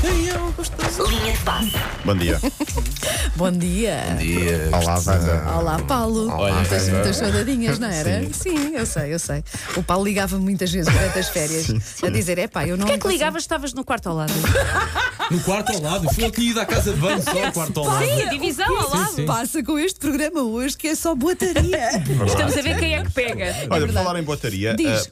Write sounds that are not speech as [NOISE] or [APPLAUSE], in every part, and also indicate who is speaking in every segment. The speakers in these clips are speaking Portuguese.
Speaker 1: tão gostoso.
Speaker 2: Linha de passe.
Speaker 3: Bom dia.
Speaker 1: Bom dia.
Speaker 4: Dia.
Speaker 3: Olá, Wanda.
Speaker 1: Olá, Paulo.
Speaker 4: Olha,
Speaker 1: Tens
Speaker 4: eh,
Speaker 1: muitas saudadinhas, não era? Sim. eu sei, eu sei. O Paulo ligava me muitas vezes durante as férias a dizer: é pá, eu não.
Speaker 2: Porquê é que ligavas? Estavas no quarto ao lado.
Speaker 4: [LAUGHS] No quarto ao lado. Fui aqui da casa de banho, só o quarto ao lado.
Speaker 2: Sim, a divisão ao lado.
Speaker 4: sim.
Speaker 1: Passa com este programa hoje que é só boataria.
Speaker 2: Estamos a ver quem é que pega.
Speaker 3: Olha, por falar em botaria,
Speaker 1: [LAUGHS] Diz.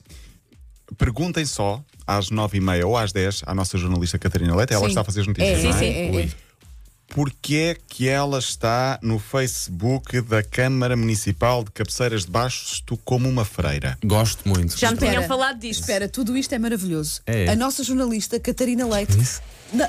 Speaker 3: perguntem só às nove e meia ou às dez à nossa jornalista Catarina Leite, ela
Speaker 1: Sim.
Speaker 3: está a fazer as
Speaker 1: É,
Speaker 3: notícias,
Speaker 1: sim,
Speaker 3: não é?
Speaker 1: sim, é, é.
Speaker 3: Porquê que ela está no Facebook da Câmara Municipal de Cabeceiras de Baixos tu como uma freira?
Speaker 4: Gosto muito.
Speaker 2: Já me tinham
Speaker 1: Espera.
Speaker 2: falado disto.
Speaker 1: Espera, tudo isto é maravilhoso.
Speaker 4: É.
Speaker 1: A nossa jornalista Catarina
Speaker 3: é
Speaker 1: Leite. Na-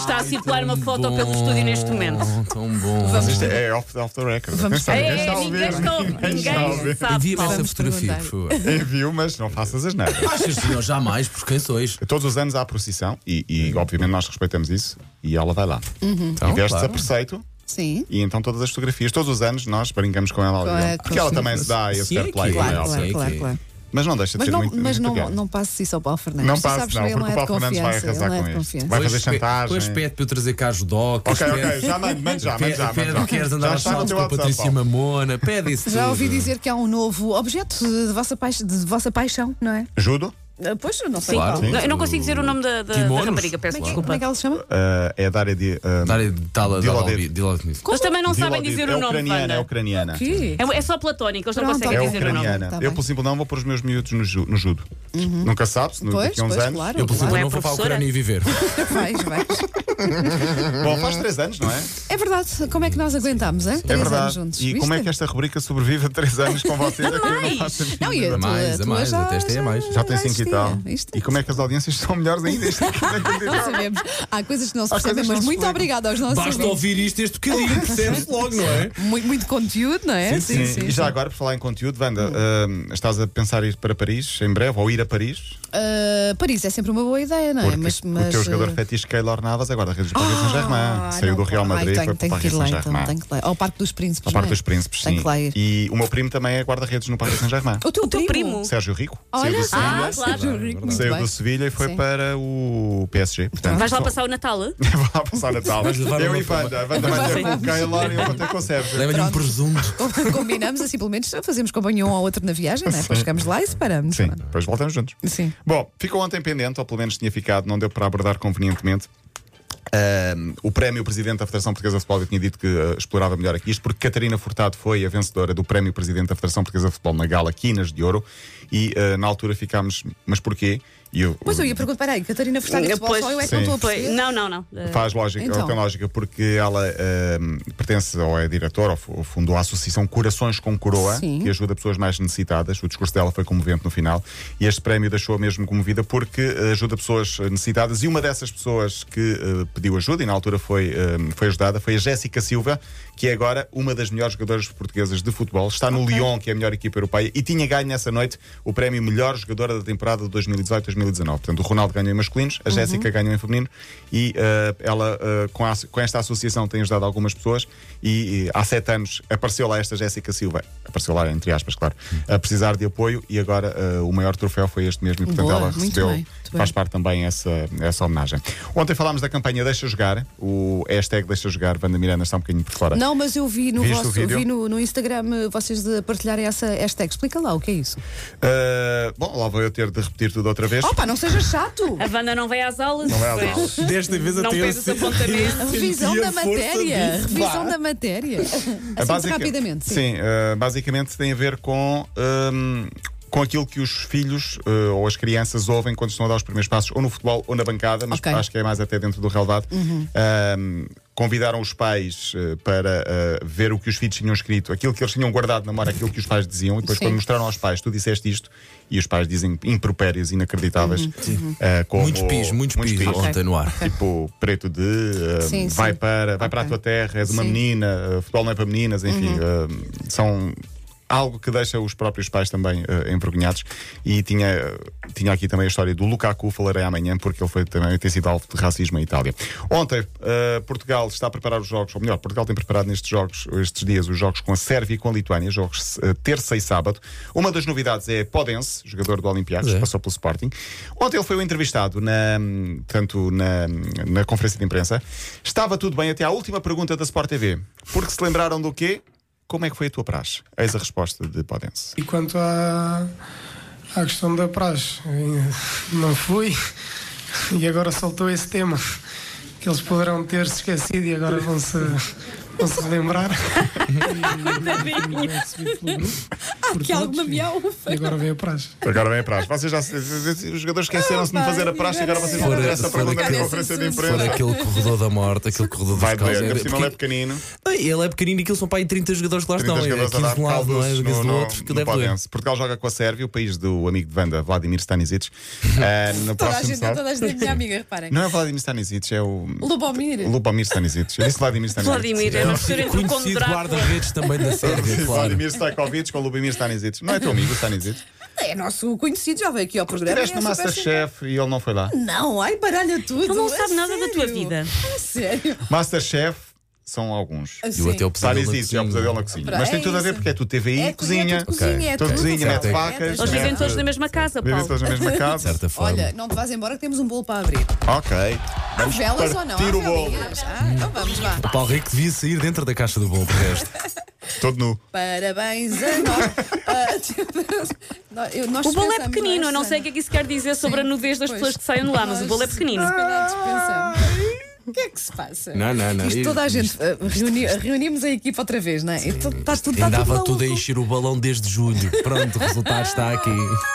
Speaker 2: Está a circular uma
Speaker 4: Tão
Speaker 2: foto pelo
Speaker 4: bom,
Speaker 2: estúdio neste momento.
Speaker 4: Tão bom.
Speaker 3: Mas Isto é é off, off the record.
Speaker 1: Vamos
Speaker 3: Atenção,
Speaker 1: saber.
Speaker 3: ninguém está a ouvir,
Speaker 2: É, ninguém está a ouvir,
Speaker 3: ninguém está a
Speaker 2: ninguém
Speaker 3: ouvir.
Speaker 2: sabe.
Speaker 4: Envia-me essa
Speaker 1: Vamos
Speaker 4: fotografia, por favor.
Speaker 3: Envio, mas não faças as nada.
Speaker 4: [LAUGHS] Achas senhor, jamais, por quem sois?
Speaker 3: Todos os anos há a procissão e, e, obviamente nós respeitamos isso e ela vai lá.
Speaker 4: Então,
Speaker 3: e veste-se
Speaker 4: claro.
Speaker 3: a preceito
Speaker 1: Sim.
Speaker 3: e então todas as fotografias, todos os anos nós brincamos com ela.
Speaker 1: Com
Speaker 3: ali.
Speaker 1: a- com
Speaker 3: porque ela
Speaker 1: os
Speaker 3: também se dá esse
Speaker 4: Sim,
Speaker 3: fair play.
Speaker 4: claro,
Speaker 3: não é,
Speaker 1: Claro,
Speaker 3: Elsa?
Speaker 1: claro,
Speaker 4: sei
Speaker 1: claro,
Speaker 4: que-
Speaker 1: claro.
Speaker 3: Mas não deixa de
Speaker 1: Mas
Speaker 3: ser
Speaker 1: não,
Speaker 3: muito
Speaker 1: mas
Speaker 3: muito
Speaker 1: não,
Speaker 3: pequeno.
Speaker 1: não passes isso ao Paulo Fernandes.
Speaker 3: Não
Speaker 1: Tu
Speaker 3: passo,
Speaker 1: sabes que
Speaker 3: não,
Speaker 1: ele
Speaker 3: porque o
Speaker 1: é de
Speaker 3: Paulo Fernandes vai
Speaker 1: confiança,
Speaker 3: arrasar
Speaker 1: ele não é
Speaker 3: com
Speaker 1: de
Speaker 3: isto.
Speaker 1: confiança.
Speaker 3: Vai fazer
Speaker 4: Depois pe-
Speaker 3: chantagem.
Speaker 4: Depois pede para eu trazer cá as docas.
Speaker 3: Ok, ok,
Speaker 4: pede-
Speaker 3: já mando, mando já, mando
Speaker 4: Pede,
Speaker 3: já.
Speaker 4: pede
Speaker 3: mando já.
Speaker 4: queres andar
Speaker 3: Já
Speaker 4: a
Speaker 3: está no
Speaker 4: saltos
Speaker 3: teu
Speaker 4: com a
Speaker 3: WhatsApp,
Speaker 4: Patrícia
Speaker 3: Paulo.
Speaker 4: Mamona. Pede isso.
Speaker 1: Já
Speaker 4: tudo.
Speaker 1: ouvi dizer que há um novo objeto de vossa, paix- de vossa paixão, não é?
Speaker 3: Judo?
Speaker 1: Ah, Pois, não sei
Speaker 2: Sim.
Speaker 1: qual.
Speaker 4: Claro.
Speaker 2: Não, eu não consigo dizer o nome da, da, da
Speaker 4: Kimonos?
Speaker 2: rapariga, peço
Speaker 4: Como é que-
Speaker 1: Como é
Speaker 2: desculpa.
Speaker 1: que ela se chama?
Speaker 3: Ah, é da área de. ah,
Speaker 4: Dar a tal a
Speaker 3: Dilo ao
Speaker 4: dar
Speaker 3: dedo.
Speaker 2: Eles também não
Speaker 3: Dilo
Speaker 2: sabem
Speaker 3: ao
Speaker 2: dizer
Speaker 3: dedo.
Speaker 2: o nome,
Speaker 3: É ucraniana, é
Speaker 2: Wanda.
Speaker 3: ucraniana.
Speaker 1: Que?
Speaker 2: É, é só platónico, eles não
Speaker 1: Pronto,
Speaker 2: conseguem
Speaker 3: É
Speaker 1: ok.
Speaker 2: dizer o nome.
Speaker 3: ucraniana.
Speaker 1: Tá
Speaker 3: eu,
Speaker 1: bem.
Speaker 3: por exemplo, não vou pôr os meus miúdos no, ju- no judo. Nunca sabes, no-
Speaker 1: Pois,
Speaker 3: daqui a uns
Speaker 1: pois,
Speaker 3: anos.
Speaker 1: claro.
Speaker 4: Eu, por exemplo,
Speaker 2: Não é
Speaker 4: não vou para a
Speaker 2: professora?
Speaker 4: Ucrânia e viver.
Speaker 1: É [LAUGHS] Vais, vais.
Speaker 3: Bom, faz três anos, não é?
Speaker 1: É verdade, como é que nós aguentámos, hein?
Speaker 3: É
Speaker 1: Três anos
Speaker 3: verdade.
Speaker 1: juntos.
Speaker 3: E
Speaker 1: viste?
Speaker 3: como é que esta rubrica sobrevive a três anos com vocês? É que eu não, faço a mínima
Speaker 1: Não, e a
Speaker 3: ideia.
Speaker 1: tua,
Speaker 4: mais,
Speaker 1: a
Speaker 4: a
Speaker 1: tua
Speaker 4: mais,
Speaker 1: já,
Speaker 4: até esta é
Speaker 1: já-
Speaker 4: mais.
Speaker 3: Já tem cinco e
Speaker 1: existia.
Speaker 3: tal.
Speaker 1: Isto-
Speaker 3: E como é que as audiências são melhores ainda? Isto é que não
Speaker 1: Não
Speaker 3: acredito.
Speaker 1: sabemos. Há coisas que não se
Speaker 3: Há coisas
Speaker 1: percebem,
Speaker 3: que não
Speaker 1: mas
Speaker 3: se
Speaker 1: muito
Speaker 3: explicam.
Speaker 1: obrigada aos nossos
Speaker 4: Basta
Speaker 1: ouvintes.
Speaker 4: ouvir isto este bocadinho, percebes logo, não é?
Speaker 1: Muito, muito conteúdo, não é?
Speaker 3: Sim, E já agora, por falar em conteúdo, Wanda, ah, estás a pensar ir para Paris em breve ou ir a Paris?
Speaker 1: Ah, Paris é sempre uma boa ideia, não é?
Speaker 3: Porque o teu jogador
Speaker 1: ah,
Speaker 3: fetiche Keylor Navas é guarda-redes do Paris
Speaker 1: ah,
Speaker 3: Saint-Germain. Saiu do
Speaker 1: não,
Speaker 3: Real
Speaker 1: ai,
Speaker 3: Madrid e
Speaker 1: tenho,
Speaker 3: foi para o
Speaker 1: tenho que
Speaker 3: Paris
Speaker 1: ir lá, então,
Speaker 3: Saint-Germain.
Speaker 1: tenho que ir lá. Ao Parque dos Príncipes.
Speaker 3: Ao
Speaker 1: não é?
Speaker 3: Parque dos Príncipes,
Speaker 1: Tenho
Speaker 3: sim.
Speaker 1: que lá ir.
Speaker 3: E o meu primo também é guarda-redes no Paris Saint-Germain.
Speaker 1: O teu,
Speaker 2: teu primo?
Speaker 3: Sérgio Rico.
Speaker 1: Olha,
Speaker 3: saiu do
Speaker 1: ah,
Speaker 3: Sevilha.
Speaker 2: claro.
Speaker 1: Sérgio Rico, muito
Speaker 3: Saiu
Speaker 1: bem.
Speaker 3: do Sevilha e foi
Speaker 1: Sim.
Speaker 3: para o PSG. Portanto, [LAUGHS]
Speaker 2: Vais lá
Speaker 3: só-
Speaker 2: passar o Natal?
Speaker 3: Vou lá passar o Natal.
Speaker 4: Vais levar
Speaker 3: Eu
Speaker 4: uma
Speaker 3: e
Speaker 4: fama.
Speaker 3: Wanda. A Wanda vai ter com o Keylor e eu vou ter com o Sérgio.
Speaker 4: Leva-lhe um
Speaker 1: Pronto.
Speaker 4: presunto.
Speaker 1: [LAUGHS] Combinamos assim, pelo menos fazemos companhia um ao outro na viagem, não é? Depois chegamos lá e separamos.
Speaker 3: Sim,
Speaker 1: não é?
Speaker 3: depois voltamos juntos.
Speaker 1: Sim.
Speaker 3: Bom, ficou ontem pendente, ou pelo menos tinha ficado, não deu para abordar convenientemente. Ahm, o prémio Presidente da Federação Portuguesa de Futebol, eu tinha dito que ah, explorava melhor aqui isto, porque Catarina Furtado foi a vencedora do prémio Presidente da Federação Portuguesa de Futebol na Gala Quinas de Ouro e ah, na altura ficámos, mas porquê? E eu,
Speaker 1: Pois eu ia perguntar, peraí, Catarina Furtado, e futebol
Speaker 2: Pois,
Speaker 1: só eu é que
Speaker 3: sim.
Speaker 1: não estou a
Speaker 2: Pois,
Speaker 1: perceber.
Speaker 2: Não, não, não. Eh,
Speaker 3: Faz lógica,
Speaker 1: Então.
Speaker 3: tem lógica, porque ela ahm, pertence ou é diretora ou fu- ou fundou a associação Corações com Coroa,
Speaker 1: Sim.
Speaker 3: que ajuda pessoas mais necessitadas. O discurso dela foi comovente no final e este prémio deixou-a mesmo comovida porque eh, ajuda pessoas eh, necessitadas. E uma dessas pessoas que eh, pediu ajuda e na altura foi, ahm, foi ajudada foi a Jéssica Silva, que é agora uma das melhores jogadoras portuguesas de futebol. Está no Lyon, que é a melhor equipa europeia, e tinha ganho nessa noite o prémio melhor jogadora da temporada de 2018-2019. Portanto, o Ronaldo ganhou em masculinos,
Speaker 1: Uhum.
Speaker 3: a Jéssica ganhou em feminino e eh, ela, eh, com, a- com esta associação, tem ajudado algumas pessoas. E, eh, há sete anos apareceu lá esta Jéssica Silva, apareceu lá, entre aspas, claro, a precisar de apoio. E agora eh, o maior troféu foi este mesmo, e portanto
Speaker 1: Boa,
Speaker 3: ela
Speaker 1: muito
Speaker 3: recebeu,
Speaker 1: bem, muito bem.
Speaker 3: faz parte também essa, essa homenagem. Ontem falámos da campanha Deixa Jogar, o hashtag Deixa Jogar, Vanda Miranda está um bocadinho por fora.
Speaker 1: Não, mas eu vi no,
Speaker 3: Viste
Speaker 1: vosso,
Speaker 3: o vídeo?
Speaker 1: vi no, no Instagram eh, vocês de partilharem essa hashtag. Explica lá o que é isso.
Speaker 3: Uh, bom, lá vou eu ter de repetir tudo outra vez.
Speaker 1: Opa, não
Speaker 3: [LAUGHS]
Speaker 1: seja chato!
Speaker 2: A Wanda não vai às aulas.
Speaker 3: Não é vai às
Speaker 2: pois.
Speaker 3: aulas.
Speaker 4: Desta vez
Speaker 2: Não fez os
Speaker 1: A
Speaker 2: apontamentos.
Speaker 1: revisão
Speaker 4: [LAUGHS] Senti a
Speaker 1: da
Speaker 4: força
Speaker 1: matéria.
Speaker 4: disso,
Speaker 1: Revisão
Speaker 4: vá.
Speaker 1: da
Speaker 3: É
Speaker 1: matéria. Assim,
Speaker 3: Basica-
Speaker 1: rapidamente. Sim.
Speaker 3: uh, basicamente tem a ver com. um, com aquilo que os filhos uh, ou as crianças ouvem quando estão a dar os primeiros passos, ou no futebol ou na bancada, mas
Speaker 1: Ok. Uhum.
Speaker 3: acho que é mais até dentro do relevado. Um, convidaram os pais uh, para uh, ver o que os filhos tinham escrito, aquilo que eles tinham guardado na memória, aquilo que os pais diziam, e depois
Speaker 1: Sim.
Speaker 3: quando mostraram aos pais, tu disseste isto, e os pais dizem impropérios inacreditáveis.
Speaker 1: Uhum.
Speaker 3: uh, como-
Speaker 4: Muitos pis, muitos pis ontem no ar.
Speaker 3: Tipo, preto de eh,
Speaker 1: Sim,
Speaker 3: vai,
Speaker 1: sim.
Speaker 3: Para, vai para a
Speaker 1: Ok.
Speaker 3: tua terra, é de uma
Speaker 1: Sim.
Speaker 3: menina, eh, futebol não é para meninas, enfim, eh, são algo que deixa os próprios pais também eh, envergonhados. E tinha, eh, tinha aqui também a história do Lukaku, falarei amanhã, porque ele foi também tem sido alvo de racismo em Itália. Ontem, eh, Portugal está a preparar os jogos, ou melhor, Portugal tem preparado nestes jogos, estes dias, os jogos com a Sérvia e com a Lituânia, jogos eh, terça e sábado. Uma das novidades é Podense, jogador do Olympiacos,
Speaker 4: É.
Speaker 3: passou pelo Sporting. Ontem ele foi o entrevistado na, tanto na, na conferência de imprensa. Estava tudo bem até à última pergunta da Sport TV. Porque se lembraram do quê? Como é que foi a tua praxe? Eis a resposta de Podense.
Speaker 5: E quanto à, à questão da praxe, eh, não fui e agora soltou esse tema que eles poderão ter se esquecido e agora vão se, vão -se lembrar. E, recebido pelo grupo, por
Speaker 6: Que alguma
Speaker 5: todos, e-
Speaker 6: biaufa.
Speaker 5: e agora vem a praxe.
Speaker 3: Agora vem a praxe. Vocês já, os jogadores esqueceram-se de me fazer a praxe e agora vocês vão
Speaker 4: Fora-
Speaker 3: fazer essa
Speaker 4: fora
Speaker 3: pergunta na
Speaker 4: aquele-
Speaker 3: conferência de
Speaker 4: Foi
Speaker 3: imprensa.
Speaker 4: aquele corredor da morte, aquele corredor dos
Speaker 3: Vai doer,
Speaker 4: caos.
Speaker 3: ainda por cima ele é
Speaker 4: Porque-
Speaker 3: pequenino.
Speaker 4: Ai, Ele é pequenino e aqueles são para aí 30 jogadores que lá
Speaker 3: 30
Speaker 4: estão. É
Speaker 3: jogadores a
Speaker 4: 15
Speaker 3: dar
Speaker 4: de um lado, não é?
Speaker 3: caldos
Speaker 4: 15 do
Speaker 3: no-
Speaker 4: outro, que
Speaker 3: no
Speaker 4: deve doer.
Speaker 3: Podense. Portugal joga com a Sérvia, o país do amigo de Vanda, Vladimir Stanisic. Ah, no
Speaker 6: Toda a
Speaker 3: próximo
Speaker 6: gente, toda
Speaker 3: sábado.
Speaker 6: a gente é minha amiga, reparem.
Speaker 3: Não é Vladimir Stanisic, é o.
Speaker 6: Lubomir.
Speaker 3: Lubomir Stanisic. Eu disse Vladimir Stanisic.
Speaker 2: Vladimir, é uma mistura entre o Conde
Speaker 4: Conhecido
Speaker 2: Drácula.
Speaker 4: guarda-redes também da Sérvia, claro.
Speaker 3: Vladimir Stajkovic com o Lubomir Stanisic. Não é teu amigo, o Stanisic?
Speaker 6: É nosso conhecido, já veio aqui ao programa.
Speaker 3: Estiveste
Speaker 6: é
Speaker 3: no
Speaker 6: super
Speaker 3: Masterchef e ele não foi lá.
Speaker 6: simpático. Não, ai, baralha tudo.
Speaker 2: Ele não
Speaker 6: a
Speaker 1: é
Speaker 2: sabe nada da tua
Speaker 6: sério.
Speaker 2: vida.
Speaker 6: A sério.
Speaker 3: Masterchef são alguns.
Speaker 4: E o
Speaker 6: Assim,
Speaker 4: até o pesadelo.
Speaker 3: Stanisic é o pesadelo na cozinha.
Speaker 6: Pronto,
Speaker 3: Mas tem
Speaker 6: é
Speaker 3: tudo a ver
Speaker 6: isso.
Speaker 3: porque é tu TVI,
Speaker 6: É cozinha,
Speaker 3: cozinha.
Speaker 6: tudo cozinha, é
Speaker 3: Tudo
Speaker 6: tudo.
Speaker 3: cozinha,
Speaker 6: é
Speaker 3: mete
Speaker 6: tudo.
Speaker 3: facas.
Speaker 2: Eles vivem
Speaker 3: mete-
Speaker 2: todos na mesma casa,
Speaker 3: Vivem
Speaker 2: Paulo.
Speaker 3: todos na mesma
Speaker 4: De
Speaker 3: casa.
Speaker 4: certa forma.
Speaker 6: Olha, não te vás embora que temos um bolo para abrir.
Speaker 3: Ok.
Speaker 6: Há velas ou não?
Speaker 3: partir
Speaker 6: Há
Speaker 3: o bolo.
Speaker 6: velinhas? Ah, então vamos lá.
Speaker 4: O Paulo Rico devia sair dentro da caixa do bolo, de resto.
Speaker 1: Tá
Speaker 3: Todo nu.
Speaker 6: Parabéns a nós. Nós- eu- nós
Speaker 2: O bolo é
Speaker 6: dispensamos,
Speaker 2: pequenino, eu não
Speaker 6: Susana?
Speaker 2: sei o que é que isso quer dizer sobre a nudez das
Speaker 6: pois.
Speaker 2: pessoas que saem de lá, mas o bolo é pequenino.
Speaker 6: Se calhar dispensamos. O que é que se passa?
Speaker 4: Não, não, não.
Speaker 1: Isto toda a gente.
Speaker 6: ah,
Speaker 1: eh, reuni- reunimos a equipa outra vez, não é? Está tudo, tá tudo
Speaker 4: Andava
Speaker 1: maluco.
Speaker 4: tudo a encher o balão desde julho. Pronto, o resultado está aqui.